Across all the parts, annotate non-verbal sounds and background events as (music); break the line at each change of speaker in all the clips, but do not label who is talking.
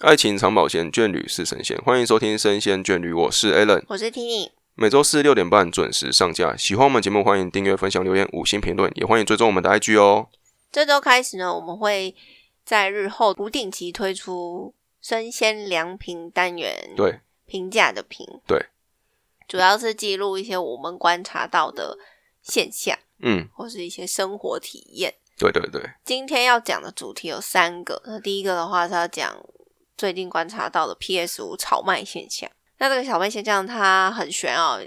爱情长保鲜，眷侣是神仙。欢迎收听《生鲜眷侣》，我是 Alan。
我是 Tini，
每周四六点半准时上架。喜欢我们节目，欢迎订阅、分享、留言、五星评论，也欢迎追踪我们的 IG 哦。
这周开始呢，我们会在日后不定期推出生鲜良评单元，
对，
评价的评，
对，
主要是记录一些我们观察到的现象
嗯，
或是一些生活体验。
对对对，
今天要讲的主题有三个，那第一个的话是要讲最近观察到的 PS 五炒卖现象。那这个炒卖现象它很悬哦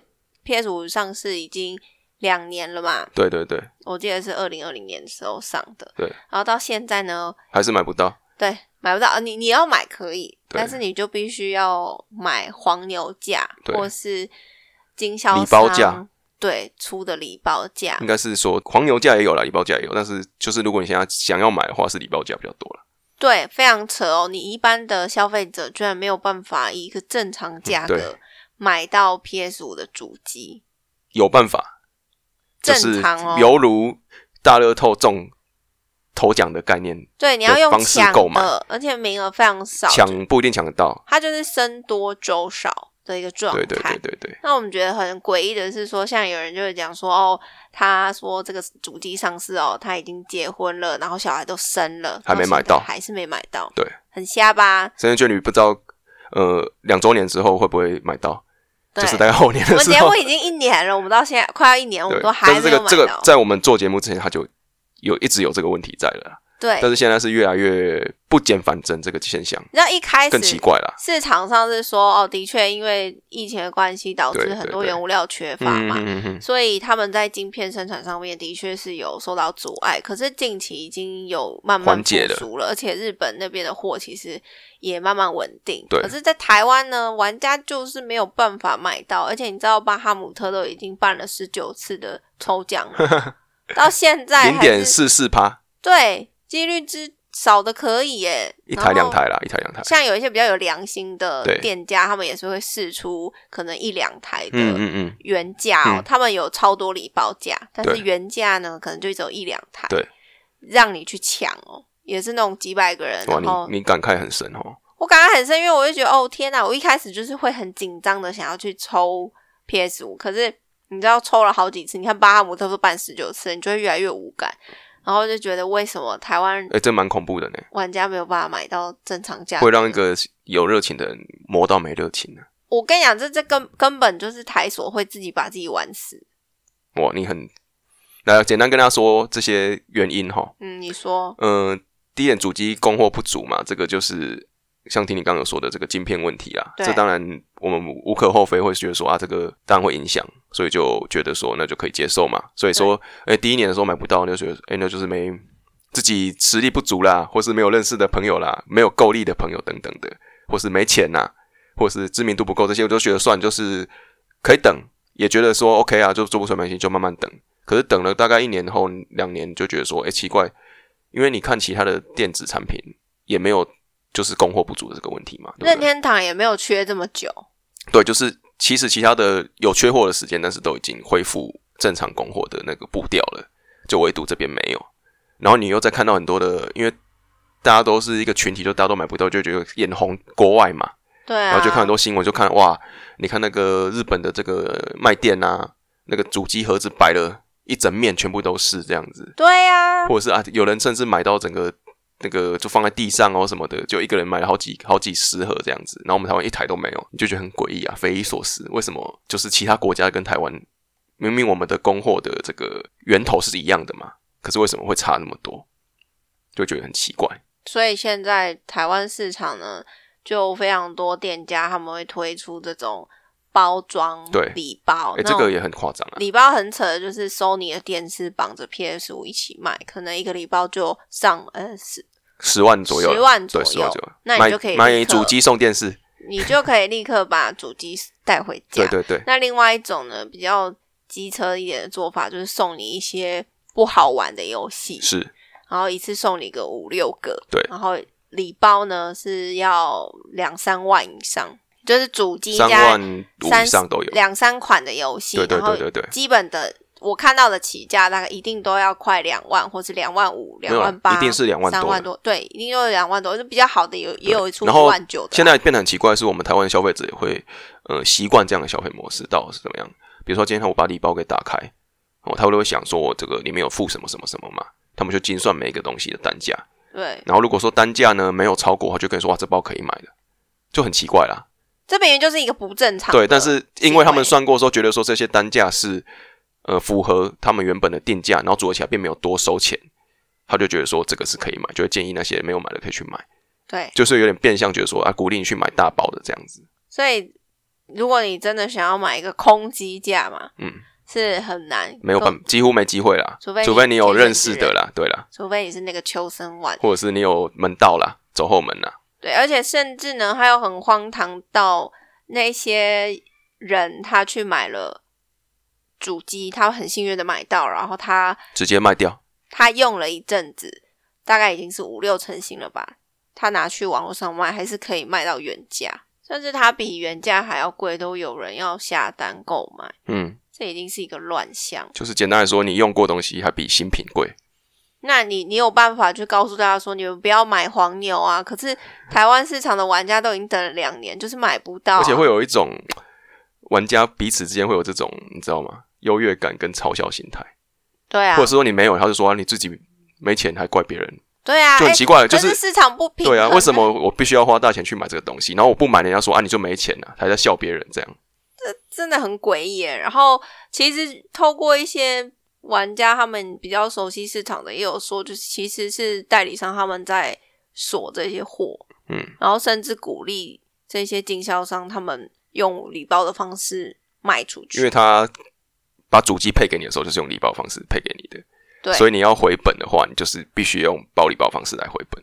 ，PS 五上市已经两年了嘛，
对对对，
我记得是二零二零年的时候上的，
对，
然后到现在呢，
还是买不到。
对，买不到，呃你你要买可以，
对
但是你就必须要买黄牛价
对
或是经销商
礼包价，嗯
对，出的礼包价
应，该是说黄牛价也有啦，礼包价也有，但是就是如果你现在想要买的话，是礼包价比较多了。
对，非常扯哦。你一般的消费者居然没有办法以一个正常价
嗯
格
对
买到 PS 五的主机，
有办法，就是
正常哦
犹如大乐透中头奖的概念，
对，你要用
方式
抢
购买
的，而且名额非常少，
抢不一定抢得到。
它就是僧多粥少的一个状态。
对对对对对，
那我们觉得很诡异的是说，像有人就会讲说，哦，他说这个主机上市哦，他已经结婚了，然后小孩都生了，
还没
现在
买到
还是没买到，
对，
很瞎吧？
生日眷侣不知道呃两周年之后会不会买到，
对，
就是大概后年
我
的
们
时
节
候
目。已经一年了，我们到现在快要一年，我
对
们都，还
但是
没
这
有
个
买
这个
到。
在我们做节目之前，他就有一直有这个问题在了啦，
对，
但是现在是越来越不减反增这个现象，
你知道一开
更奇
始
怪啦。
市场上是说，哦，的确因为疫情的关系，导
对
致
对
很多
对
原物料缺乏
嗯
嘛，
嗯嗯嗯，
所以他们在晶片生产上面的确是有受到阻碍，可是近期已经有慢慢
缓解了
复苏了，而且日本那边的货其实也慢慢稳定。
对
可是，在台湾呢，玩家就是没有办法买到，而且你知道，巴哈姆特都已经办了十九次的抽奖
(laughs)
了，到现在
零
还
点
是
四四趴，
对几率之少的可以耶，
一
然
台
后
两台啦，一台两台。
像有一些比较有良心的
对
店家，他们也是会试出可能一两台的
嗯嗯嗯，
原价哦，
嗯
他们有超多礼包价，但是
对
原价呢，可能就只有一两台，
对，
让你去抢哦，也是那种几百个人，然
哇，
后
你你感慨很深哦。
我感觉很深，因为我就觉得哦天哪，我一开始就是会很紧张的想要去抽 PS 五，可是你知道抽了好几次，你看巴哈姆特都办十九次，你就会越来越无感，然后就觉得为什么台湾
哎、这蛮恐怖的呢，
玩家没有办法买到正常价格，
会让一个有热情的人磨到没热情的。
我跟你讲，这这根根本就是台所会自己把自己玩死。
哇，你很，来简单跟大家说这些原因哈。
嗯，你说
嗯、第一点，主机供货不足嘛，这个就是像听你刚刚有说的这个晶片问题啦。
对
这当然我们无可厚非会觉得说啊，这个当然会影响，所以就觉得说那就可以接受嘛。所以说，哎、第一年的时候买不到，那就觉得哎、那就是没自己实力不足啦，或是没有认识的朋友啦，没有够力的朋友等等的，或是没钱呐、或是知名度不够，这些我都觉得算就是可以等，也觉得说 OK 啊，就做不出来没关系，就慢慢等。可是等了大概一年后、两年，就觉得说，哎、奇怪，因为你看其他的电子产品也没有就是供货不足的这个问题嘛，对
任
不对？
天堂也没有缺这么久，
对，就是其实其他的有缺货的时间，但是都已经恢复正常供货的那个步调了，就唯独这边没有。然后你又再看到很多的，因为大家都是一个群体，就大家都买不到，就觉得眼红国外嘛，
对啊，
然后就看很多新闻，就看哇，你看那个日本的这个卖店啊，那个主机盒子摆了一整面，全部都是这样子，
对啊，
或者是啊，有人甚至买到整个那个就放在地上哦什么的，就一个人买了好几好几十盒这样子，然后我们台湾一台都没有，你就觉得很诡异啊，匪夷所思。为什么就是其他国家跟台湾明明我们的供货的这个源头是一样的嘛，可是为什么会差那么多？就觉得很奇怪。
所以现在台湾市场呢，就非常多店家他们会推出这种包装
对
礼包，
哎、
哦那
这
种
个也很夸张啊。
礼包很扯，就是 Sony 的电视绑着 PS 五一起卖，可能一个礼包就上呃十
十万左右，
十万左
对，
右
十万左右，
那你
买
就可以
买
立刻
主机送电视，
你就可以立刻把主机带回家。
对对对，
那另外一种呢，比较机车一点的做法，就是送你一些不好玩的游戏，
是，
然后一次送你个五六个，
对
然后礼包呢是要两三万以上，就是主机
三
加
万五
三
以上都有，
两三款的游戏，
对对
然后
对对对
基本的我看到的起价大概一定都要快两万，或是两万五、
有
两
啊
万八，
一定是2万多
三万多，对，一定都有两万多，就比较好的有也有一出
然后
万九的啊。
现在变得很奇怪，是我们台湾的消费者也会呃习惯这样的消费模式，到底是怎么样？比如说今天我把礼包给打开，哦，他们都会想说我这个里面有附什么什么什么嘛，他们就精算每一个东西的单价。
对，
然后如果说单价呢没有超过，他就跟你说哇这包可以买了，就很奇怪啦。
这明明就是一个不正常的。
对，但是因为他们算过说，觉得说这些单价是呃符合他们原本的定价，然后组合起来并没有多收钱，他就觉得说这个是可以买，就会建议那些没有买的可以去买，
对，
就是有点变相觉得说啊鼓励你去买大包的这样子。
所以如果你真的想要买一个空机价嘛，
嗯，
是很难，
没有办法，几乎没机会啦，
除非你
你有认识的啦，对啦，
除非你是那个秋生万。
或者是你有门道啦，走后门啦，
对，而且甚至呢，还有很荒唐到那些人他去买了主机，他很幸运的买到，然后他
直接卖掉。
他用了一阵子，大概已经是五六成新了吧，他拿去网络上卖还是可以卖到原价，甚至它比原价还要贵，都有人要下单购买，
嗯，
这已经是一个乱象。
就是简单来说，你用过东西还比新品贵。
那你你有办法去告诉大家说你们不要买黄牛啊？可是台湾市场的玩家都已经等了两年，就是买不到啊、
而且会有一种玩家彼此之间会有这种，你知道吗？优越感跟嘲笑心态，
对啊
或者，是说你没有，他就说、啊、你自己没钱还怪别人，
对啊，
就很
哎
奇怪，就
可是市场不平衡。
对啊，为什么我必须要花大钱去买这个东西？然后我不买，人家说啊你就没钱啊，还在笑别人这样。
真的很诡异耶。然后其实透过一些玩家，他们比较熟悉市场的，也有说，就是其实是代理商他们在锁这些货，
嗯，
然后甚至鼓励这些经销商他们用礼包的方式卖出去，
因为他把主机配给你的时候，就是用礼包方式配给你的，
对，
所以你要回本的话，你就是必须用包礼包方式来回本。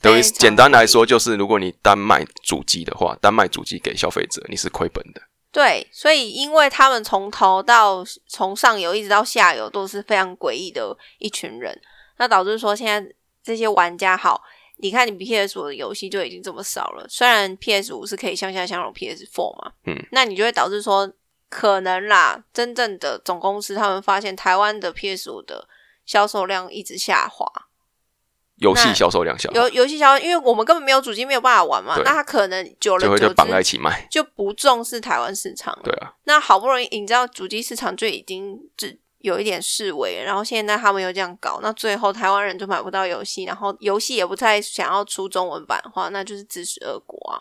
非
等于
常
简单来说，就是如果你单卖主机的话，单卖主机给消费者，你是亏本的。
对，所以因为他们从头到从上游一直到下游都是非常诡异的一群人，那导致说现在这些玩家好，你看你 PS 五的游戏就已经这么少了，虽然 PS 五是可以向下相容 PS Four 嘛，
嗯，
那你就会导致说可能啦，真正的总公司他们发现台湾的 PS 五的销售量一直下滑，
游戏
那
销售量小，
游游戏销，因为我们根本没有主机，没有办法玩嘛，
哦对
那他可能久
就
了
会
久
就绑在一
之
起卖。
就不重视台湾市场了
对。啊，
那好不容易你知道主机市场就已经只有一点示威了，然后现在他们又这样搞，那最后台湾人就买不到游戏，然后游戏也不再想要出中文版的话，那就是自食恶果啊。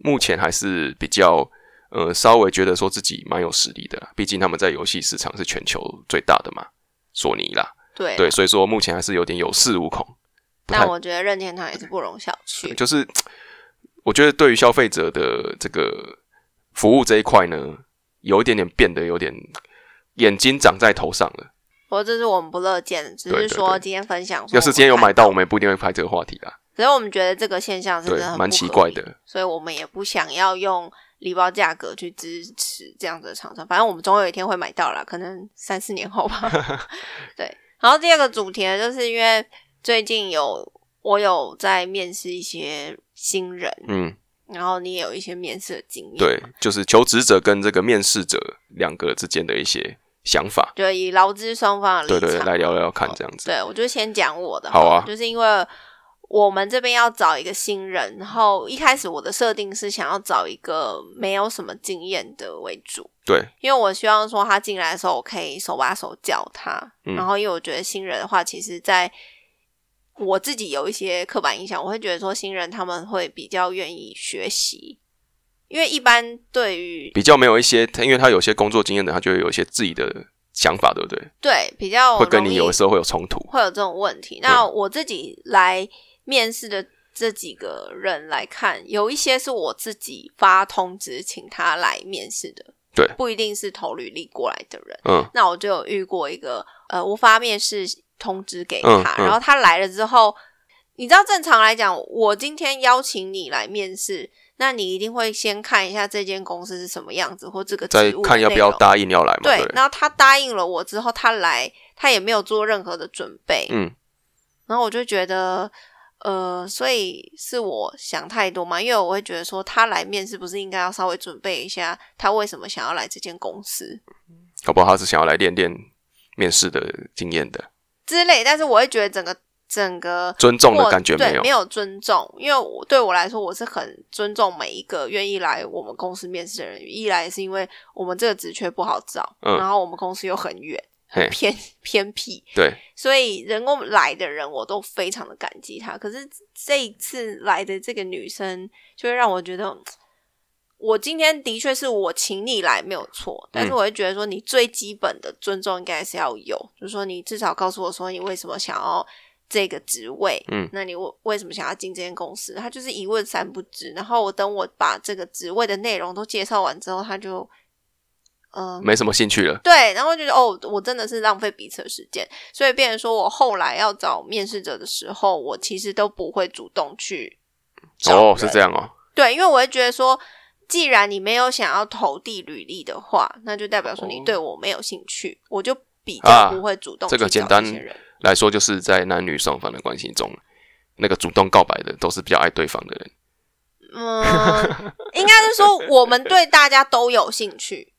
目前还是比较呃稍微觉得说自己蛮有实力的啦，毕竟他们在游戏市场是全球最大的嘛，索尼啦，
对，
对，所以说目前还是有点有恃无恐，不太
但我觉得任天堂也是不容小觑。
就是我觉得对于消费者的这个服务这一块呢，有一点点变得有点眼睛长在头上了。
不过这是我们不乐见的，只
对
是
对
说
对
今天分享说
要是今天有
我们
买到，我们也不一定会拍这个话题啦，
看，所以我们觉得这个现象是真
对
的很，不
蛮奇
合
怪
理，
的。
所以我们也不想要用礼包价格去支持这样子的厂商。反正我们总有一天会买到啦，可能三四年
(laughs)
后吧。对，然后第二个主题呢，就是因为最近有我有在面试一些新人，
嗯，
然后你也有一些面试的经验，
对，，就是求职者跟这个面试者两个之间的一些想法，
就以劳资双方的
对
立
对，
场
对来聊聊看这样子。
对，我就先讲我的。
好啊
就是因为我们这边要找一个新人，然后一开始我的设定是想要找一个没有什么经验的为主，
对，
因为我希望说他进来的时候，我可以手把手教他。
嗯
然后，因为我觉得新人的话，其实在我自己有一些刻板印象，我会觉得说新人他们会比较愿意学习，因为一般对于
比较没有一些，他因为他有些工作经验的，他就会有一些自己的想法，对不对？
对比较
会跟
容
你
易
有的嗯时候会有冲突。
会有这种问题。那我自己来面试的这几个人来看，有一些是我自己发通知请他来面试的，
对
不一定是投履历过来的人。
嗯，
那我就有遇过一个呃无法面试通知给他，
嗯嗯
然后他来了之后，你知道正常来讲，我今天邀请你来面试。那你一定会先看一下这间公司是什么样子，或这个职
再
务的
看要不
内
要
容
答应要来嘛，对
对
不，对，
然后他答应了我之后，他来，他也没有做任何的准备，
嗯，
然后我就觉得，呃，所以是我想太多嘛，因为我会觉得说，他来面试不是应该要稍微准备一下，他为什么想要来这间公司？
搞不好他是想要来练练面试的经验的，
之类，但是我会觉得整个整个
尊重的
过
感觉
对
没有
没。有尊重，因为我对我来说，我是很尊重每一个愿意来我们公司面试的人。一来是因为我们这个职缺不好找，
嗯
然后我们公司又很远， (laughs)
嘿，
偏偏僻，
对，
所以能够来的人我都非常的感激她。可是这一次来的这个女生，就会让我觉得。嗯我今天的确是我请你来没有错，但是我会觉得说你最基本的尊重应该是要有，就是说你至少告诉我说你为什么想要这个职位，
嗯，
那你为为什么想要进这间公司？他就是一问三不知。然后我等我把这个职位的内容都介绍完之后，他就，嗯、
没什么兴趣了。
对，然后就觉得哦，我真的是浪费彼此的时间，所以变成说我后来要找面试者的时候，我其实都不会主动去找
哦，是
人
这样哦。
对，因为我会觉得说，既然你没有想要投递履历的话，那就代表说你
哦
对我没有兴趣，我就比
啊
较不会主动去
这
找
个
这
简单
些人。
来说，就是在男女双方的关系中，那个主动告白的都是比较爱对方的人。
嗯，应该是说我们对大家都有兴
(laughs)
趣，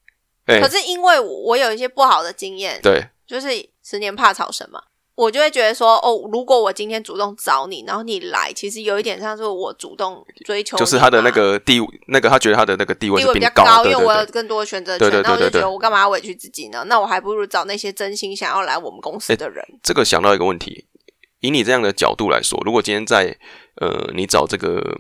哎、
可是因为我有一些不好的经验，
对，
就是十年怕草绳嘛，我就会觉得说，哦，如果我今天主动找你，然后你来，其实有一点像是我主动追求你
就
嘛，
是他的那个地，那个他觉得他的那个地位
地
是
位
比
比较
高，对
因为我有
对对。
更多的选择
对
权，
对对
然后我
对
就
对
觉得我干嘛要委屈自己呢？那我还不如找那些真心想要来我们
哎
公司的人。
这个想到一个问题，以你这样的角度来说，如果今天在呃你找这个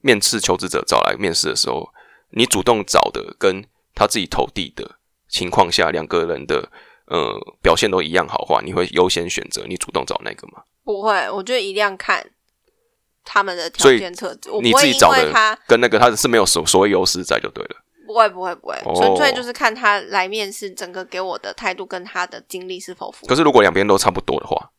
面试求职者找来面试的时候，你主动找的跟他自己投递的情况下，两个人的呃表现都一样好的话，你会优先选择你主动找那个吗？
不会，我就一样看他们的条
所以
件特质，我
你
不
自
会
己
因
找
为
的
他
跟那个他是没有所所谓优势在就对了。
不会不会不会，
哦
纯粹就是看他来面试整个给我的态度跟他的经历是否符合。
可是如果两边都差不多的话，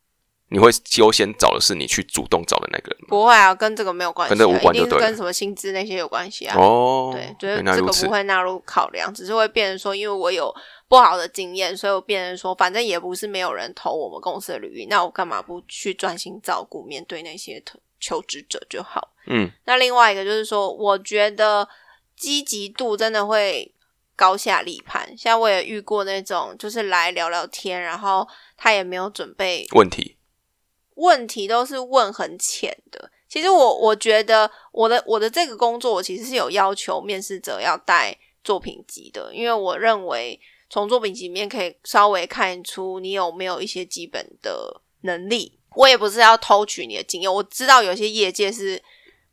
你会优先找的是你去主动找的那个人吗。
不会啊，跟这个没有关系、啊，
跟这无关
一定
就对
是
了
跟什么薪资那些有关系啊。
哦，
对，觉得
原来
这
如
个
此
不。会纳入考量，只是会变成说，因为我有不好的经验，所以我变成说，反正也不是没有人投我们公司的履历，那我干嘛不去专心照顾面对那些投求职者就好？
嗯，
那另外一个就是说，我觉得积极度真的会高下立判。像我也遇过那种，就是来聊聊天，然后他也没有准备
问题
问题都是问很浅的。其实我我觉得我的我的这个工作，我其实是有要求面试者要带作品集的，因为我认为从作品集里面可以稍微看出你有没有一些基本的能力。我也不是要偷取你的经验，我知道有些业界是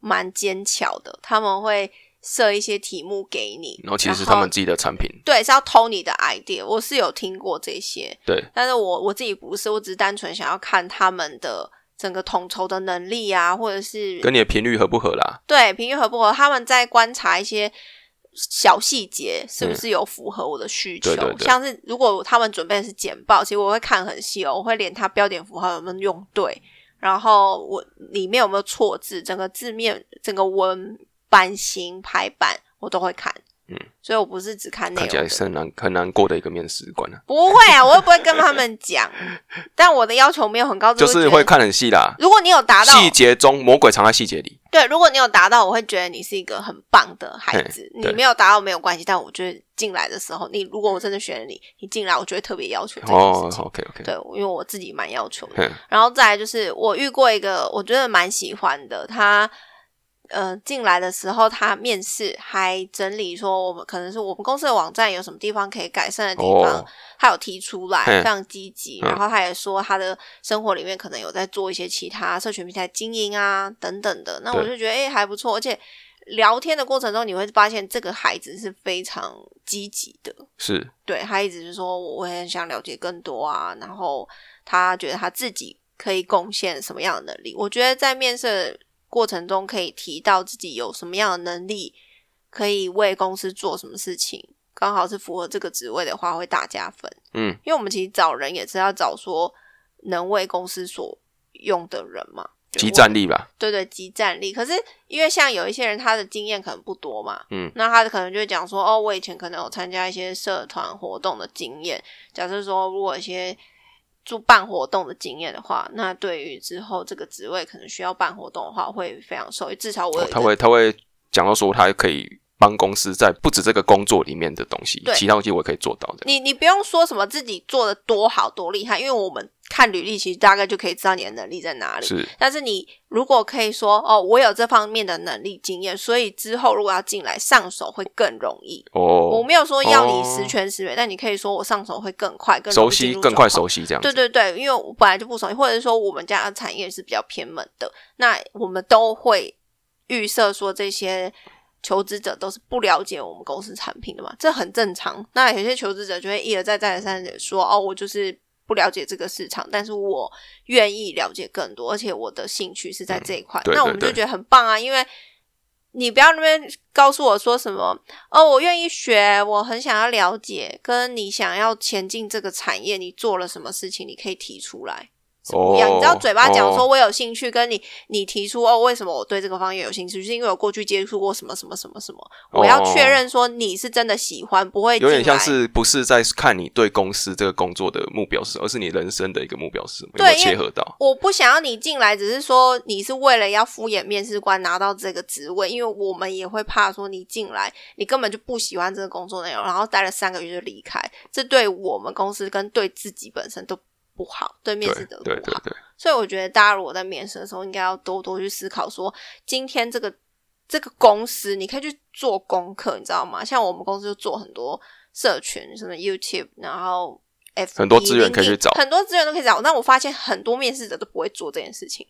蛮奸巧的，他们会设一些题目给你，
然后其实是他们自己的产品，
对，是要偷你的 idea。我是有听过这些，
对，
但是我我自己不是，我只是单纯想要看他们的整个统筹的能力啊，或者是
跟你的频率合不合啦？
对平均合不合，他们在观察一些小细节是不是有符合我的需求。
嗯对对对
像是如果他们准备的是简报，其实我会看很细哦，我会连它标点符号有没有用对，然后我里面有没有错字，整个字面、整个文版型排版我都会看。
嗯，
所以我不是只看
看
内容
起
的
来是很难很难过的一个面试官啊，
不会啊，我又不会跟他们讲，但我的要求没有很高，只
就是
觉
会
得。
看很细啦，
如果你有达到
细节中魔鬼藏在细节里。
对，如果你有达到，我会觉得你是一个很棒的孩子。
嘿
你
对
没有达到没有关系，但我觉得进来的时候，你如果我真的选了你，你进来我就会特别要求这件
哦
事情。
，OK OK，
对，因为我自己蛮要求的。
嗯，
然后再来就是我遇过一个我觉得蛮喜欢的，他呃进来的时候，他面试还整理说我们可能是我们公司的网站有什么地方可以改善的地方，
哦，
他有提出来，
嗯
非常积极。
嗯
然后他也说他的生活里面可能有在做一些其他社群平台经营啊等等的。那我
对
就觉得哎、诶还不错，而且聊天的过程中你会发现这个孩子是非常积极的。
是
对他一直是说我我也很想了解更多啊，然后他觉得他自己可以贡献什么样的能力。我觉得在面试的过程中可以提到自己有什么样的能力，可以为公司做什么事情，刚好是符合这个职位的话会大加分。
嗯，
因为我们其实找人也是要找说能为公司所用的人嘛，
集战力吧，
对对，集战力。可是因为像有一些人，他的经验可能不多嘛，
嗯，
那他可能就会讲说，哦，我以前可能有参加一些社团活动的经验。假设说，如果有一些做办活动的经验的话，那对于之后这个职位可能需要办活动的话，会非常受益。至少我有
哦
一个、
他会他会讲到说他可以帮公司在不止这个工作里面的东西
对，
其他东西我也可以做到的。
你你不用说什么自己做的多好多厉害，因为我们看履历其实大概就可以知道你的能力在哪里。
是
但是你如果可以说哦，我有这方面的能力经验，所以之后如果要进来上手会更容易。我
哦，
没有说要你
哦
十全十美，但你可以说我上手会更快，更容易
熟
进
悉
入
更
状
快
况
熟悉这样子。
对对对，因为我本来就不熟悉，或者是说我们家的产业是比较偏门的，那我们都会预设说这些求职者都是不了解我们公司产品的嘛，这很正常。那有些求职者就会一而再再而三的说，哦，我就是。不了解这个市场，但是我愿意了解更多，而且我的兴趣是在这一块。
对
那
对
我们就
对
觉得很棒啊，因为你不要那边告诉我说什么哦，我愿意学，我很想要了解，跟你想要前进这个产业，你做了什么事情，你可以提出来。是不一样，
哦
你知道嘴巴讲说
哦
我有兴趣，跟你你提出哦，为什么我对这个方面有兴趣，是因为我过去接触过什么什么什么什么，我要确认说你是真的喜欢，不会
哦有点
进
像
来
是不是在看你对公司这个工作的目标是什么，而是你人生的一个目标是什么，有
对
没有
因为
切合到？
我不想要你进来，只是说你是为了要敷衍面试官拿到这个职位，因为我们也会怕说你进来，你根本就不喜欢这个工作内容，然后待了三个月就离开，这对我们公司跟对自己本身都不好，对面
对
试者都不
对
好。
对对，
所以我觉得大家如果在面试的时候，应该要多多去思考说，今天这个这个公司，你可以去做功课，你知道吗？像我们公司就做很多社群，什么 YouTube，然后 F
很多资源可以去找
很多资源都可以找。但我发现很多面试者都不会做这件事情，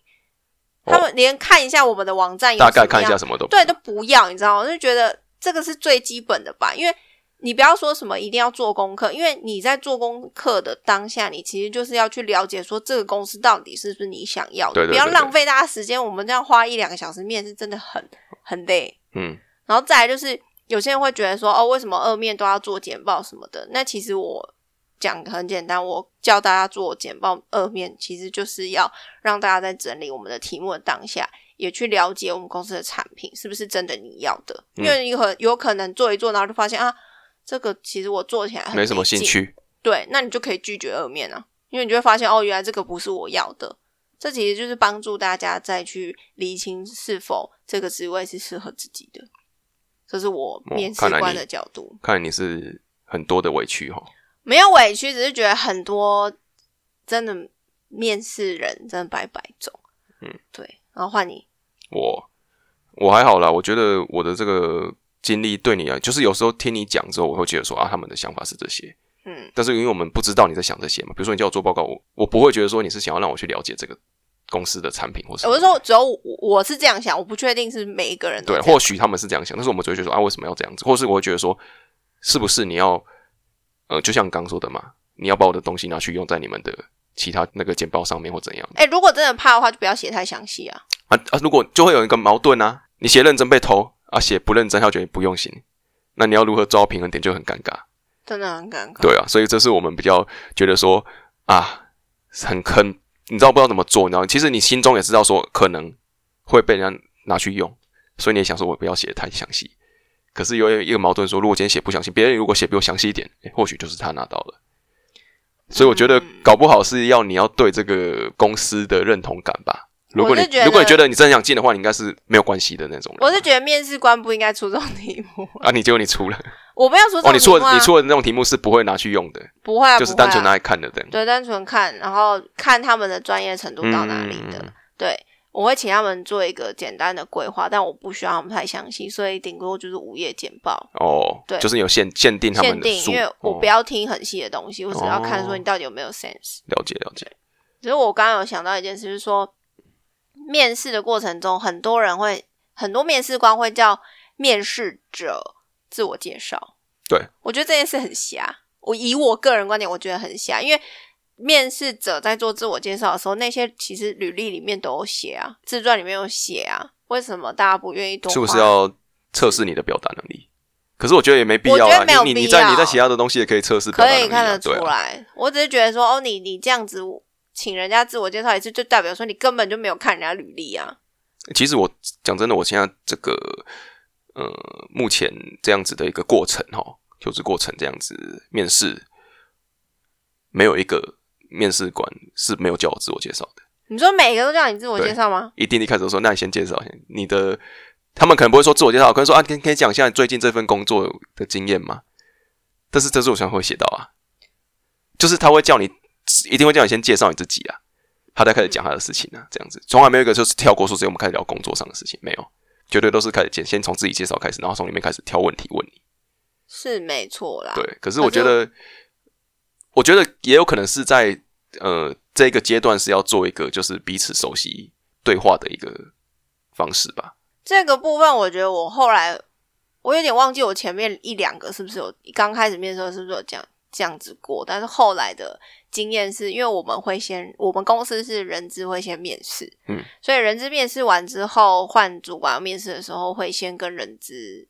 哦
他们连看一下我们的网站有
大
什么
概
样
看一下什么都
哎对，都不要，你知道吗？我就觉得这个是最基本的吧，因为你不要说什么一定要做功课，因为你在做功课的当下，你其实就是要去了解说这个公司到底是不是你想要的，
对对对
不要浪费大家时间。我们这样花一两个小时面试，真的很很累。
嗯，
然后再来就是有些人会觉得说，哦，为什么二面都要做简报什么的？那其实我讲很简单，我教大家做简报二面，其实就是要让大家在整理我们的题目的当下，也去了解我们公司的产品是不是真的你要的，
嗯
因为你很有可能做一做，然后就发现啊，这个其实我做起来很
没什么
没劲
兴，趣。
对，那你就可以拒绝二面啊，因为你就会发现哦，原来这个不是我要的。这其实就是帮助大家再去厘清是否这个职位是适合自己的，这是我
哦
面试
看来
官
你
的角度。
看来你是很多的委屈哈，
没有委屈，只是觉得很多真的面试人真的白白走。
嗯，
对。然后换你，
我我还好啦，我觉得我的这个经历对你啊，就是有时候听你讲之后，我会觉得说啊，他们的想法是这些，
嗯，
但是因为我们不知道你在想这些嘛，比如说你叫我做报告，我我不会觉得说你是想要让我去了解这个公司的产品或什么
我
的。
是说只有我我是这样想，我不确定是每一个人都
对，
这样
或许他们是这样想，但是我们只会觉得说啊，为什么要这样子？或是我会觉得说，啊是不是你要呃，就像刚说的嘛，你要把我的东西拿去用在你们的其他那个简报上面或怎样
哎、如果真的怕的话，就不要写太详细啊。
啊啊？如果就会有一个矛盾啊，你写认真被偷啊，写不认真他觉得你不用心，那你要如何抓平衡点就很尴尬。
真的很尴尬。
对啊，所以这是我们比较觉得说啊，很很，你知道不知道怎么做？你知道，其实你心中也知道说可能会被人家拿去用，所以你也想说我不要写的太详细。可是有一个矛盾说，如果今天写不详细，别人如果写比我详细一点，诶或许就是他拿到了。所以我觉
嗯
得搞不好是要你要对这个公司的认同感吧。如果
我
你
是觉得
如果你觉得你真的想进的话，你应该是没有关系的那种人啊。
我是觉得面试官不应该出这种题目，
啊，你结果你出了
我没有出这
哦，
种
你
题目
出
啊，
了你出了那种题目是不会拿去用的，
不会啊，
就是
不会啊
单纯拿来看的这样。
对，单纯看，然后看他们的专业程度到哪里的。
嗯
对，我会请他们做一个简单的规划，但我不需要他们太详细，所以顶多就是午夜简报
哦，
对
就是有限限定他
限
们的
定，
数，
因为我不
哦、
要听很细的东西，我只要看说
哦
你到底有没有 sense。
了解了解，
只是我刚刚有想到一件事，就是说面试的过程中，很多人会，很多面试官会叫面试者自我介绍。
对，
我觉得这件事很瞎。我以我个人观点，我觉得很瞎，因为面试者在做自我介绍的时候，那些其实履历里面都有写啊，自传里面有写啊，为什么大家不愿意多？
是不是？要测试你的表达能力？可是我觉得也没必要
我觉
啊
得没有，
你你
必
你在
要
你在其他的东西也可以测试表达
可
能力、
以
啊，
看得出
对啊，
来。我只是觉得说，哦，你你这样子请人家自我介绍一次，就代表说你根本就没有看人家履历啊。
其实我讲真的，我现在这个呃，目前这样子的一个过程哈、哦，求职过程这样子面试，没有一个面试官是没有叫我自我介绍的。
你说每个都叫你自我介绍吗？
一定一开始都说，那你先介绍一下你的他们可能不会说自我介绍，可能说啊，可以可以讲一下你最近这份工作的经验吗？但是这是我想会写到啊，就是他会叫你，一定会叫你先介绍你自己啊，他再开始讲他的事情啊，这样子，从来没有一个就是跳过说直接我们开始聊工作上的事情，没有，绝对都是开始先先从自己介绍开始，然后从里面开始挑问题问你。
是没错啦。
对，可是我觉得，我觉得也有可能是在呃这个阶段是要做一个就是彼此熟悉对话的一个方式吧。
这个部分，我觉得我后来我有点忘记我前面一两个是不是有刚开始面试的时候是不是有这样这样子过，但是后来的经验是因为我们会先，我们公司是人资会先面试，
嗯，
所以人资面试完之后，换主管面试的时候会先跟人资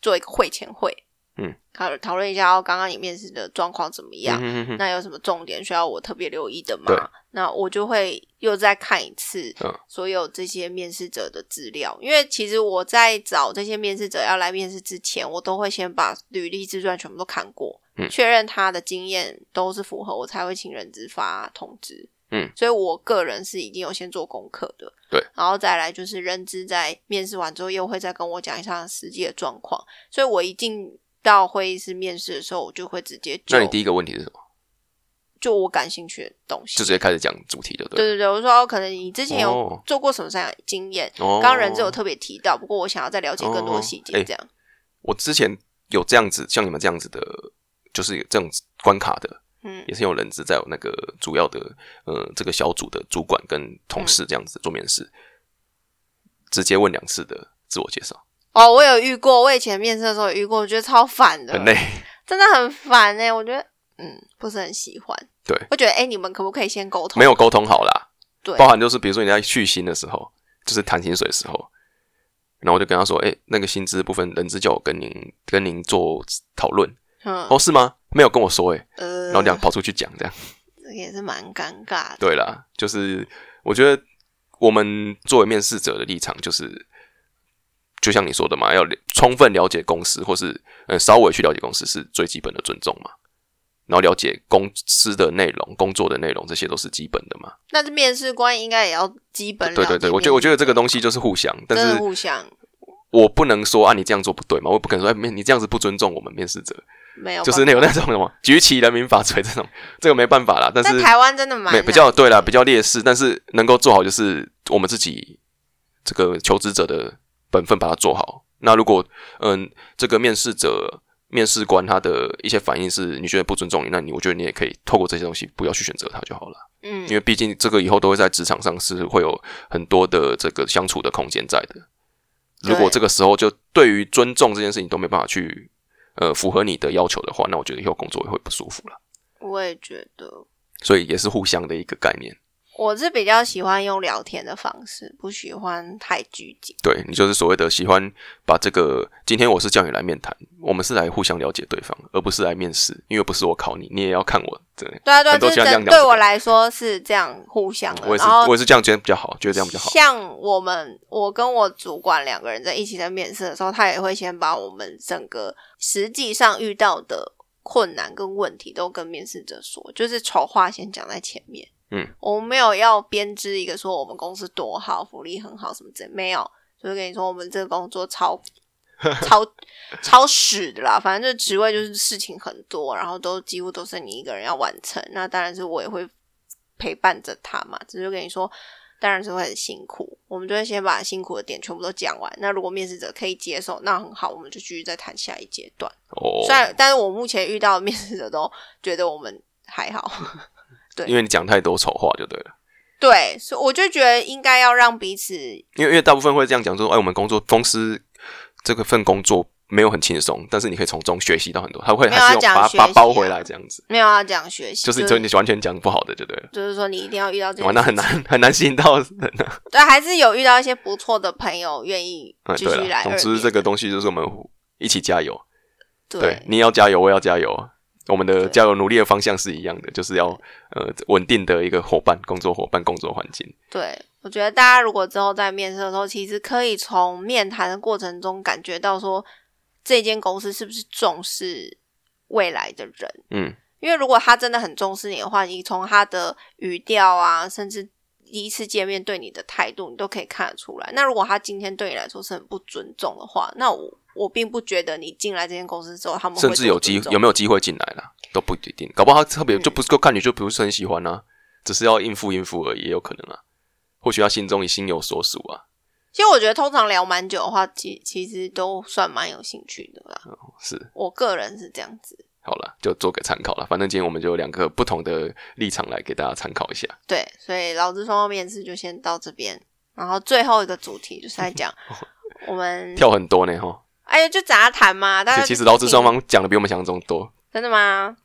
做一个会前会，
嗯，
讨讨论一下哦，刚刚你面试的状况怎么样，
嗯哼哼
那有什么重点需要我特别留意的
对
吗？那我就会又再看一次
嗯
所有这些面试者的资料，因为其实我在找这些面试者要来面试之前，我都会先把履历、自传全部都看过，
嗯
确认他的经验都是符合，我才会请人资发通知。
嗯，
所以我个人是已经有先做功课的，
对，
然后再来就是人资在面试完之后又会再跟我讲一下实际的状况，所以我一进到会议室面试的时候，我就会直接就
那你第一个问题是什么？
就我感兴趣的东西。
就直接开始讲主题的，
对
对了。
对对，我说哦可能你之前有
哦
做过什么这样的经验，
哦，
刚刚人资有特别提到，不过我想要再了解更多的细
哦
节，
哎
这样。
我之前有这样子，像你们这样子的，就是有这种关卡的，
嗯
也是有人资在有那个主要的呃这个小组的主管跟同
嗯
事这样子做面试，直接问两次的自我介绍，
哦，我有遇过，我以前面试的时候有遇过，我觉得超烦的，
很累，
真的很烦哎、我觉得嗯不是很喜欢。
对
我觉得哎、你们可不可以先沟通？
没有沟通好啦，
对
包含就是比如说你在续薪的时候，就是谈薪水的时候，然后我就跟他说，哎、那个薪资部分人资叫我跟您跟您做讨论，
嗯
哦，是吗？没有跟我说、欸，哎，
呃，
然后两跑出去讲这样。
这个也是蛮尴尬的。
对啦，就是我觉得我们作为面试者的立场，就是就像你说的嘛，要了充分了解公司，或是呃稍微去了解公司是最基本的尊重嘛。然后了解公司的内容、工作的内容，这些都是基本的嘛。
那这面试官应该也要基本
对对啊对，我觉得我觉得这个东西就是互相，但
真的
是
互相
我不能说啊你这样做不对嘛，我也不可能说哎面你这样子不尊重我们面试者，
没有办
就
法，
是那有那种什 (laughs) 么举起人民法锤这种， (laughs) 这个没办法啦。但
在
是
台湾真的蛮
没
难
比较对啦，比较劣势，但是能够做好就是我们自己这个求职者的本分，把它做好。那如果嗯，这个面试者、面试官他的一些反应是你觉得不尊重你，那你我觉得你也可以透过这些东西不要去选择他就好了，
嗯
因为毕竟这个以后都会在职场上是会有很多的这个相处的空间在的。如果
对
这个时候就对于尊重这件事情都没办法去呃符合你的要求的话，那我觉得以后工作也会不舒服了。
我也觉得。
所以也是互相的一个概念。
我是比较喜欢用聊天的方式，不喜欢太拘谨。
对你就是所谓的喜欢把这个，今天我是叫你来面谈，我们是来互相了解对方，而不是来面试，因为不是我考你，你也要看我。对，
对啊，对啊，
很多
就是
像这样
真
讲
对
的
我来说是这样互相的。
我也是
然后
我也是这样觉得比较好，觉得这样比较好。
像我们，我跟我主管两个人在一起在面试的时候，他也会先把我们整个实际上遇到的困难跟问题都跟面试者说，就是丑话先讲在前面。
嗯，
我们没有要编织一个说我们公司多好，福利很好什么之类，没有，就是跟你说我们这个工作超 (laughs) 超超屎的啦，反正这职位就是事情很多，然后都几乎都是你一个人要完成。那当然是我也会陪伴着他嘛，只是跟你说，当然是会很辛苦。我们就会先把辛苦的点全部都讲完。那如果面试者可以接受，那很好，我们就继续再谈下一阶段。
哦，
虽然，但是我目前遇到的面试者都觉得我们还好，
因为你讲太多丑话就对了，
对，所以我就觉得应该要让彼此
因为因为大部分会这样讲说，哎，我们工作公司这个份工作没有很轻松，但是你可以从中学习到很多，他会
没
还
有
是
要
用
讲
把
学
把
习
包
啊
回来这样子，
没有要讲学习，
就是你说你完全讲不好的就对了。
就是说你一定要遇到这
哇，
种
那很难很难吸引到人啊！
对，还是有遇到一些不错的朋友愿意
嗯，
继
对
续来
了，
二
总
连。
之这个东西就是我们一起加油。对
对，
你也要加油，我也要加油。我们的
对
加油努力的方向是一样的，就是要呃稳定的一个伙伴、工作伙伴、工作环境。
对，我觉得大家如果之后在面试的时候，其实可以从面谈的过程中感觉到说，这间公司是不是重视未来的人。
嗯，
因为如果他真的很重视你的话，你从他的语调啊，甚至第一次见面对你的态度，你都可以看得出来。那如果他今天对你来说是很不尊重的话，那我我并不觉得你进来这间公司之后，他们会
甚至有机有没
有？
有机会进来啦，都不一定。搞不好他特
嗯
别就不是够看你就不是很喜欢啊，只是要应付应付而已，也有可能啊。或许他心中也心有所属啊，
其实我觉得通常聊蛮久的话，其其实都算蛮有兴趣的啦。
嗯是
我个人是这样子，
好了，就做个参考了。反正今天我们就有两个不同的立场来给大家参考一下。
对，所以劳资双方面试就先到这边，然后最后一个主题就是在
(laughs)
讲
哦
我们，
跳很多呢哈，
哎呀，就杂谈嘛，大家
其
就
其实劳资双
听
方讲的比我们想象中多。
真的吗？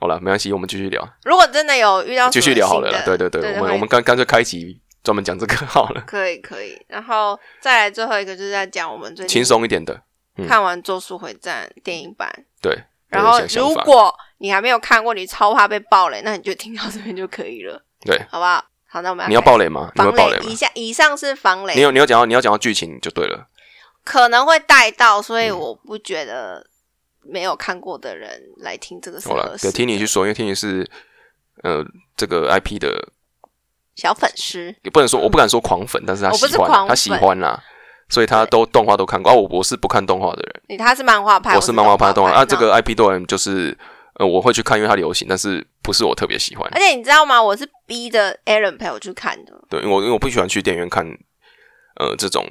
好了，没关系，我们继续聊，
如果真的有遇到
继续聊好了啦。对
哦对
对对，我
会
们我们干干脆开一集专门讲这个 (laughs) 好了，
可以可以，然后再来最后一个就是在讲我们最近
轻松一点的。嗯
看完《咒术回战》电影版，
对，
然
有
后
一些想
如
法
果你还没有看过，你超怕被暴雷，那你就听到这边就可以了，
对，
好不好？好，那我们要
你要
开
爆雷吗？
始
你会
防
爆雷
雷，
吗
以？下以上是防
你
雷，
有你有讲到你要讲到剧情就对了。
可能会带到，所以
嗯
我不觉得没有看过的人来听这个是
好了
合，适
对，
的。
听你去说，因为听你是呃这个 IP 的，
小粉丝，
也不能说我不敢说狂粉，但是他
我不
喜
是
欢
狂
啊，
粉
他喜欢啦，所以他都动画都看过。啊，我我是不看动画的人，
你他是漫画派，
我是漫画派的动画
那
啊。这个 IP 动人就是呃我会去看，因为它流行，但是不是我特别喜欢。
而且你知道吗？我是逼着 Aaron 陪我去看的，
对，因为我因为我不喜欢去电影院看，呃，这种。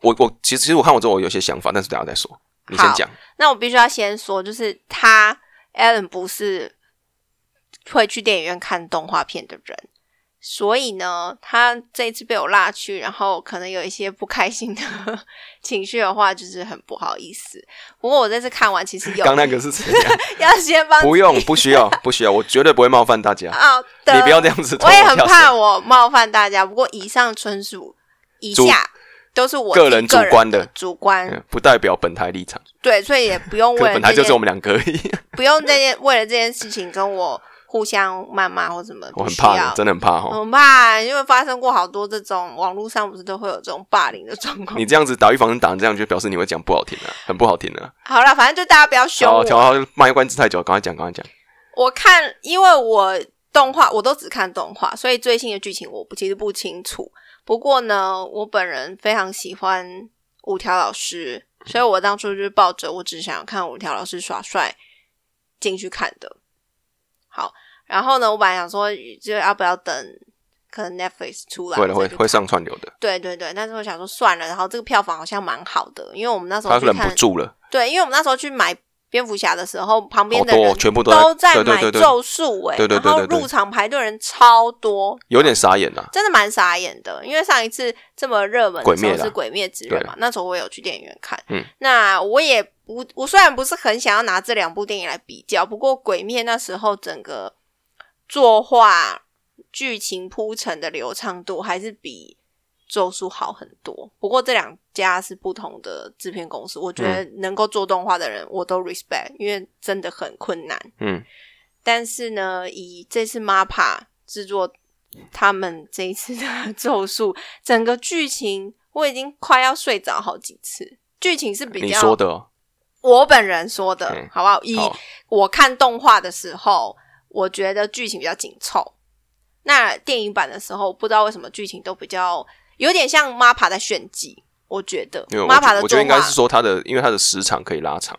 我我其实其实我看完之后，我有些想法，但是等一下再说。你先
好
讲，
那我必须要先说，就是他 Alan 不是会去电影院看动画片的人，所以呢，他这一次被我拉去，然后可能有一些不开心的 (laughs) 情绪的话，就是很不好意思。不过我这次看完，其实有
刚那个是怎样？
(laughs) 要先帮
(laughs) 不用，不需要，不需要，我绝对不会冒犯大家。
好
(laughs)
的，
你不要这样子
我
拖
也很
下
怕
水
我冒犯大家，不过以上纯属以
主
下都是我
个
自己
人主观的
主观，
嗯不代表本台立场，
对，所以也不用
可
为
本
了
台
这
就
件
是我们两个而已。
不用这件为了这件事情跟我互相谩骂或什么，
我很
不
怕
需要哦
的，真的很怕哦哈。
很怕，啊因为发生过好多这种网络上不是都会有这种霸凌的状况
你。这样子打预防针打成这样，就表示你会讲不好听啊，很不好听啊。
好了，反正就大家不要凶
好，
我。
调好卖关子太久，赶快讲，赶快讲。
我看，因为我动画我都只看动画，所以最新的剧情我不其实不清楚。不过呢，我本人非常喜欢五条老师，所以我当初就是抱着我只想看五条老师耍帅进去看的。好，然后呢，我本来想说，就要不要等可能 Netflix 出来，
会了，
我
会
再去
会
看
上串流的，
对对对，但是我想说算了，然后这个票房好像蛮好的，因为我们那时候
他
去
忍不
看，
住了，
对，因为我们那时候去买蝙蝠侠的时候，旁边
好
的
多
人
哦全部都
都
在对
买
对对对，
咒术哎、
对对对对
然后
对
入场排队人超多，
有点傻眼啊。
真的蛮傻眼的。因为上一次这么热门
鬼
的时
灭
候
啦
是《鬼灭之刃》嘛，那时候我有去电影院看，
嗯，
那我也不，我虽然不是很想要拿这两部电影来比较，不过《鬼灭》那时候整个作画、剧情铺陈的流畅度还是比。咒术好很多，不过这两家是不同的制片公司，我觉
嗯
得能够做动画的人我都 respect，因为真的很困难。
嗯，
但是呢，以这次 MAPPA 制作他们这一次的 (laughs) 咒术，整个剧情我已经快要睡着好几次。剧情是比
你
较
说的哦，
我本人说的，
嗯
好不好？以
好，
我看动画的时候，我觉得剧情比较紧凑。那电影版的时候，不知道为什么剧情都比较有点像 MAPPA 在炫技，我觉得
因为我觉
MAPPA 的
我觉
作
得应该
画
是说它的，因为它的时长可以拉长，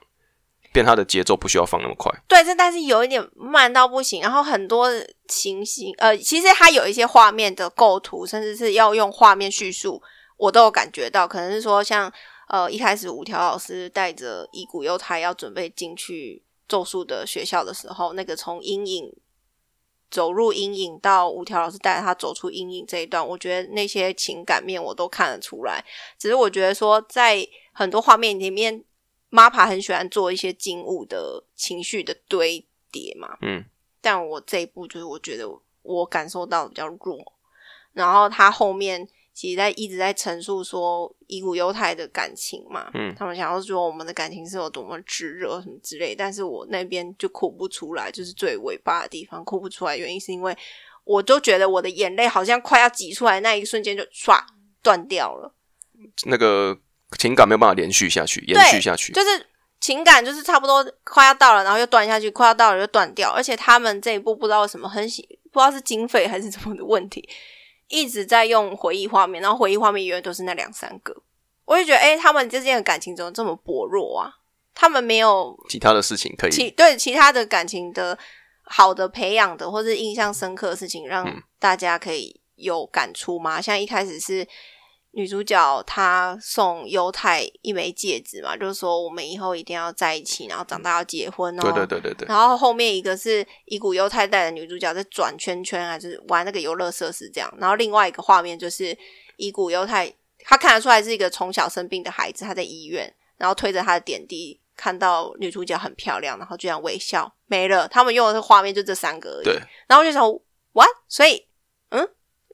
变它的节奏不需要放那么快。
对，这但是有一点慢到不行，然后很多情形，呃，其实它有一些画面的构图，甚至是要用画面叙述，我都有感觉到，可能是说像呃一开始五条老师带着伊古优太要准备进去咒术的学校的时候，那个从阴影走入阴影到五条老师带着他走出阴影这一段，我觉得那些情感面我都看得出来，只是我觉得说在很多画面里面。MAPA 很喜欢做一些静物的情绪的堆叠嘛，
嗯，
但我这一部就是我觉得我感受到比较弱，然后他后面其实在一直在陈述说伊古犹太的感情嘛，
嗯
他们想要说我们的感情是有多么炙热什么之类，但是我那边就哭不出来，就是最尾巴的地方哭不出来，原因是因为我就觉得我的眼泪好像快要挤出来那一瞬间就唰断掉了。
那个情感没有办法连续下去，延
对
续下去。
就是情感就是差不多快要到了，然后又断下去，快要到了又断掉。而且他们这一部不知道为什么很喜，不知道是经费还是什么的问题，一直在用回忆画面，然后回忆画面永远都是那两三个，我就觉得，哎、他们之间的感情怎么这么薄弱啊？他们没有
其他的事情可以
其对其他的感情的好的培养的，或是印象深刻的事情，让
嗯
大家可以有感触吗？像一开始是女主角她送犹太一枚戒指嘛，就是说我们以后一定要在一起，然后长大要结婚哦。
对对对对对，
然后后面一个是以古犹太带的女主角在转圈圈啊，就是玩那个游乐设施这样。然后另外一个画面就是以古犹太，他看得出来是一个从小生病的孩子，他在医院，然后推着他的点滴，看到女主角很漂亮，然后居然微笑，没了。他们用的画面就这三个而已。
对。
然后我就想，what？所以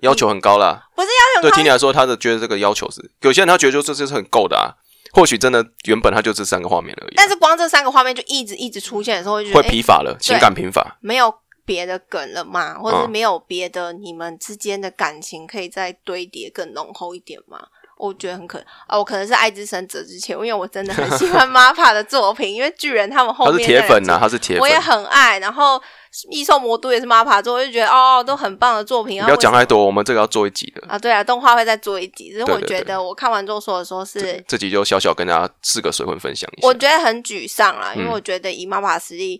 要求很高啦。
不是
要求对，听你来说，他的觉得这个要求是有些人他觉得就这就是很够的啊。或许真的原本他就这三个画面而已啊，
但是光这三个画面就一直一直出现的时候，我就觉
会
得诶
疲乏了，情感疲乏。
没有别的梗了吗？或者
嗯
没有别的你们之间的感情可以再堆叠更浓厚一点吗？我觉得很可啊，我可能是爱之深责之切，因为我真的很喜
(laughs)
欢 MAPPA 的作品，因为巨人他们后
他是
面
铁
的
粉呐、啊他是铁
我
粉
也。很爱。然后异兽魔都也是 MAPPA 做，我就觉得哦，都很棒的作品。
你
然
不
后
要
为什
讲
么
太多，我们这个要做一集的，
啊，对啊，动画会再做一集，只是
对
我
对
觉
对
得我看完之后说的时候是
这集就小小跟大家四个水分分享一下
我。觉得很沮丧啊啦，因为
嗯
我觉得以妈妈的实力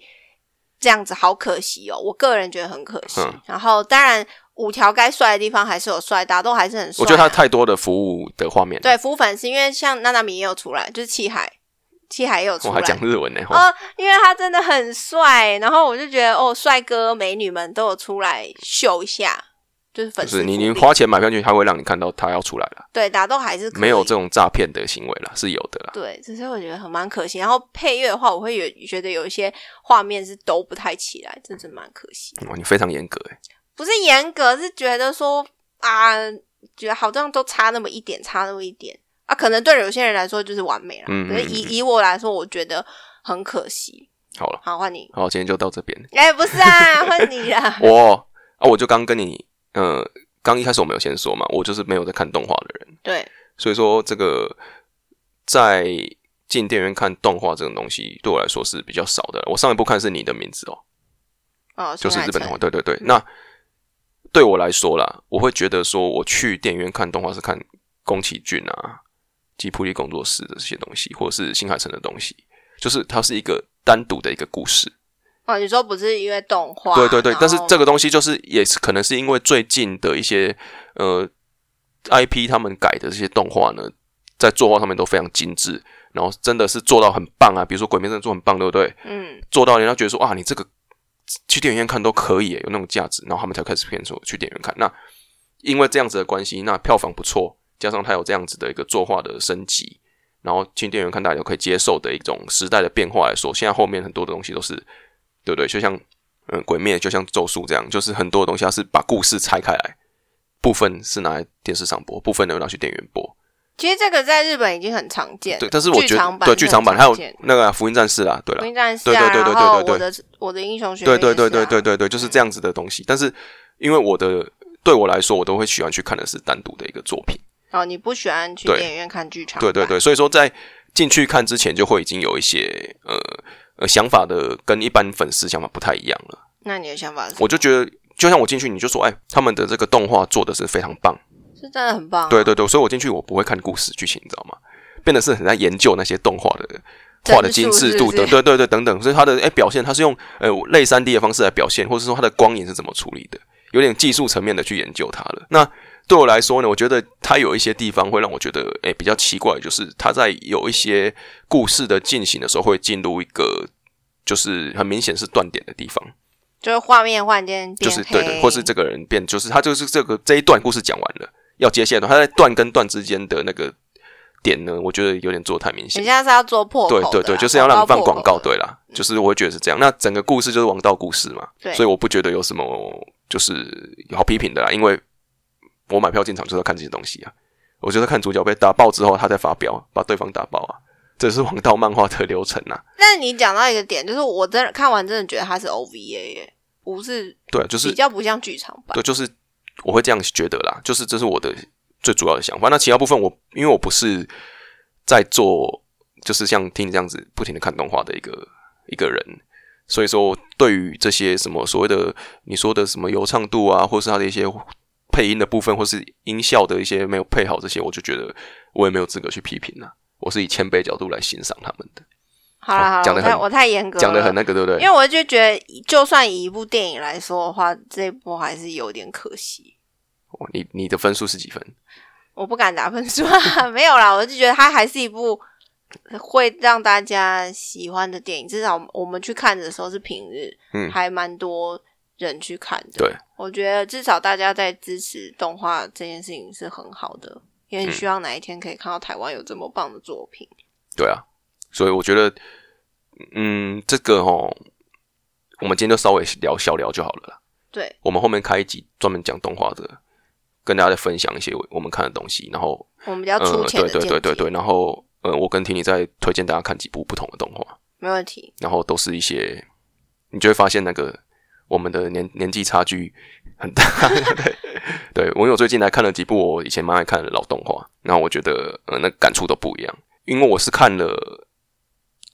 这样子好可惜哦，我个人觉得很可惜。
嗯
然后当然五条该帅的地方还是有帅，打斗还是很帅啊、
我觉得他太多的服务的画面了，
对服务粉丝，因为像娜娜米也有出来，就是七海，七海也有出
我
来
还，讲日文呢。吼
哦，因为他真的很帅，然后我就觉得哦，帅哥美女们都有出来秀一下，就是粉
就
丝
是你
福
你
利
花钱买票进去，他会让你看到他要出来了，
对打斗还是可以
没有这种诈骗的行为啦，是有的啦。
对，只是我觉得很蛮可惜。然后配乐的话，我会有觉得有一些画面是抖不太起来，真的蛮可惜。
哇，你非常严格哎，
不是严格，是觉得说啊，觉得好像都差那么一点，差那么一点啊。可能对有些人来说就是完美啦，
嗯
可是以以我来说，我觉得很可惜。
好了，
好，换你。
好，今天就到这边。
哎、不是啊，换你啦。 (laughs)
(laughs) 我啊，我就刚跟你，呃，刚一开始我没有先说嘛，我就是没有在看动画的人，
对，
所以说这个在进电影院看动画这种东西，对我来说是比较少的。我上一部看是你的名字哦，
哦，
就是
新海
日本动画，
诚
对对对。那对我来说啦，我会觉得说，我去电影院看动画是看宫崎骏啊、吉卜力工作室的这些东西，或者是新海诚的东西，就是它是一个单独的一个故事。
哦，你说不是因为动画？
对对对
然，
但是
后
这个东西就是也是可能是因为最近的一些呃 IP 他们改的这些动画呢，在作画上面都非常精致，然后真的是做到很棒啊。比如说《鬼灭》真的做很棒，对不对？
嗯，
做到人家觉得说啊，你这个去电影院看都可以耶，有那种价值，然后他们才开始骗说去电影院看。那因为这样子的关系，那票房不错，加上它有这样子的一个作画的升级，然后去电影院看大家都可以接受的一种时代的变化来说，现在后面很多的东西都是对不对？就像嗯，鬼灭就像咒术这样，就是很多的东西它是把故事拆开来，部分是拿来电视上播，部分呢拿去电影院播。
其实这个在日本已经很常见了。
对，但是我觉
呃剧
得
场版
对
是
剧
很
场版还
常
有
见
那个啊、福音战士啦，对啦，
福音战士
对
啊，
对对对
然后
对
我
对
的我的英雄学
对
院
对对
也是
对
啊
对对对，就是这样子的东西。但是因为我的对我来说，我都会喜欢去看的是单独的一个作品。
哦，你不喜欢去
对
电影院看剧场
对对
版，
对，所以说在进去看之前，就会已经有一些呃呃想法的跟一般粉丝想法不太一样了。
那你的想法是什么？
我就觉得，就像我进去，你就说，哎，他们的这个动画做的是非常棒。
是真的很棒啊、
对对对，所以我进去我不会看故事剧情，你知道吗？变得是很在研究那些动画的画的精致度
帧数是
的，
不是
对对对，等等，所以它的哎、表现，它是用呃类三 D 的方式来表现，或者说它的光影是怎么处理的，有点技术层面的去研究它了。那对我来说呢，我觉得它有一些地方会让我觉得哎、比较奇怪，就是它在有一些故事的进行的时候，会进入一个就是很明显是断点的地方。
就是画面忽然间
就
变
是
黑
对对，或是这个人变，就是他就是这个这一段故事讲完了，要接下一段，他在段跟段之间的那个点呢，我觉得有点做得太明
你
显
现。在是要做破口
对
的啦啊
对对，就是要让你放广告，
破口的
对啦，就是我会觉得是这样。那整个故事就是王道故事嘛，
对
所以我不觉得有什么就是好批评的啦，因为我买票进场就是要看这些东西啊。我就是看主角被打爆之后，他再发飙，把对方打爆啊，这是王道漫画的流程啊。
但是你讲到一个点，就是我真的看完真的觉得它是 OVA 耶，不是
对，啊就是
比较不像剧场版。
对，就是我会这样觉得啦，就是这是我的最主要的想法。那其他部分我因为我不是在做，就是像听你这样子不停的看动画的一个一个人，所以说对于这些什么所谓的你说的什么流畅度啊，或是它的一些配音的部分或是音效的一些没有配好这些，我就觉得我也没有资格去批评了、啊我是以谦卑角度来欣赏他们的，
好了好了，
哦讲得
我太
很
我太严格了，
讲的很那个，对不对？
因为我就觉得，就算以一部电影来说的话，这一部还是有点可惜。
哦你你的分数是几分？
我不敢打分数啊， (laughs) 没有啦，我就觉得它还是一部会让大家喜欢的电影。至少我们去看的时候是平日，
嗯
还蛮多人去看的。
对，
我觉得至少大家在支持动画这件事情是很好的，也
嗯
很希望哪一天可以看到台湾有这么棒的作品。
对啊，所以我觉得，嗯，这个哦，我们今天就稍微聊小聊就好了啦。
对，
我们后面开一集专门讲动画的，跟大家分享一些我们看的东西，然后
我们比较粗浅
对
的见
呃对
解，
对对对，然后呃，我跟婷妮再推荐大家看几部不同的动画，
没问题。
然后都是一些，你就会发现那个我们的年年纪差距很
(laughs)
大。对，对我有最近来看了几部我以前蛮爱看的老动画，然后我觉得呃，那感触都不一样，因为我是看了。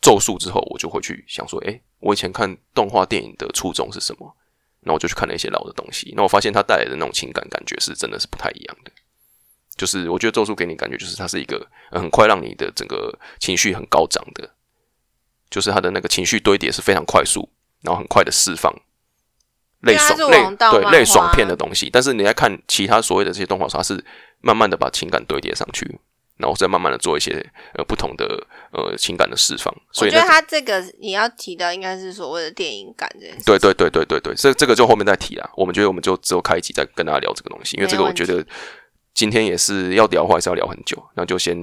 咒术之后，我就会去想说，诶、我以前看动画电影的初衷是什么？那我就去看了一些老的东西，那我发现它带来的那种情感感觉是真的是不太一样的。就是我觉得《咒术》给你感觉就是它是一个呃很快让你的整个情绪很高涨的，就是它的那个情绪堆叠是非常快速，然后很快的释放，类
对它
爽
是
类
王道
对
漫
类爽
画啊
片的东西。但是你在看其他所谓的这些动画时候，它是慢慢的把情感堆叠上去，然后再慢慢的做一些呃不同的呃情感的释放。所
我
以
觉得
那
他这个你要提的应该是所谓的电影感欸这件事。
对对对对对对，这这个就后面再提啦。我们觉得我们就只有开一集再跟大家聊这个东西，因为这个
没
我
问题
觉得今天也是要聊的话，还是要聊很久。那就先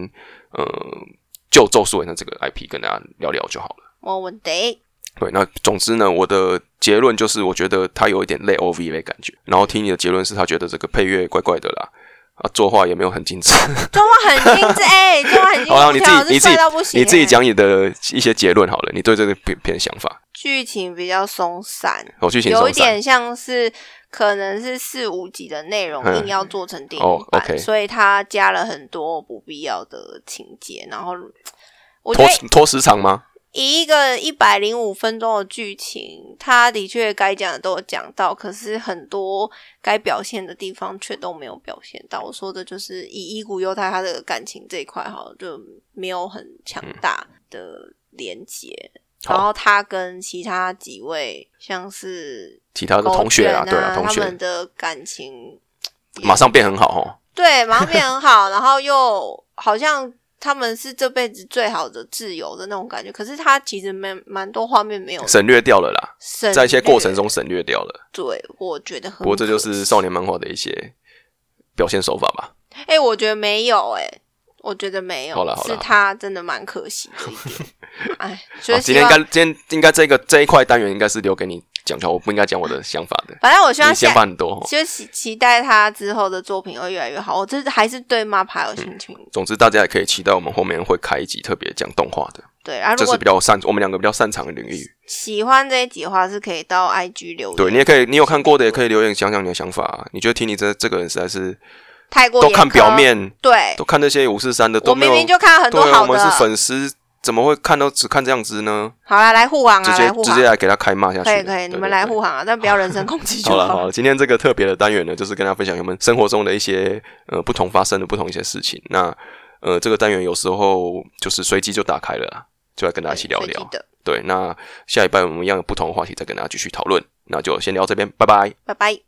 呃，就《咒术回战》这个 IP 跟大家聊聊就好了。
我问题，
对，那总之呢，我的结论就是，我觉得它有一点类 OVA 的感觉。然后听你的结论是，他觉得这个配乐怪怪的啦，啊，作画也没有很精致。
中文很精致，哎、中文很精致，
哦好啦，你
我
自
老
己
师
你自
帅
己
到不行、
你自己
哎，
讲你的一些结论好了，你对这个片片的想法，
剧情比较松散，
我去请
有
松
一
散。
点像是可能是四五集的内容
嗯
硬要做成电影
哦
版，
，OK
所以他加了很多不必要的情节，然后我觉
拖
得
拖时长吗？
以一个一百零五分钟的剧情，他的确该讲的都有讲到，可是很多该表现的地方却都没有表现到。我说的就是以伊古犹太他的感情这一块，哈，就没有很强大的连接。
好
然后他跟其他几位，像是
其他的
狗
同学
卷
啊，
啊，
对啊，同
他
学
们的感情
马上变很好哦。
对，马上变很好，然后又好像他们是这辈子最好的挚友的那种感觉。可是他其实蛮蛮多画面没有
省略掉了啦，
省略，
在一些过程中省略掉了。
对，我觉得很可惜。
不过这就是少年漫画的一些表现手法吧。
哎、我觉得没有哎、我觉得没有，
好啦好啦
是他真的蛮可惜的一
(laughs)
点。哎，就
好，
是
今
希
天应
望
该，今天应该这个这一块单元应该是留给你讲就好，我不应该讲我的想法的。
反正 (laughs) 我希望
你想
下
法很多哦、
就期期待他之后的作品会越来越好。我这还是对 MAPPA 有兴趣，
总之，大家也可以期待我们后面会开一集特别讲动画的，
对啊。
这是
如果
比较擅我们两个比较擅长的领域。
喜欢这一集的话，是可以到 IG 留言。
对你也可以，你有看过的也可以留言讲讲你的想法、啊。你觉得听你这这个人实在是
太过
都
严
看
苛
表，面，
对。
都看那些五四三的都
我
没
明
有。
明就看了很多
对啊，
好
我
的，
们是粉丝，怎么会看到只看这样子呢？
好啦，来护航
直
啊，
接
来护
直
航，
接来给他开骂下去。
可以可
对
以，你们来。护
对对
航啊，但不要人身攻击就
好了好了，今天这个特别的单元呢，就是跟大家分享我们生活中的一些呃不同发生的不同一些事情。那呃这个单元有时候就是随机就打开了啦，就来跟大家一起聊一
随
聊
机。的，
对，那下一拜我们一样有不同的话题再跟大家继续讨论。那就先聊这边，拜拜。
拜拜。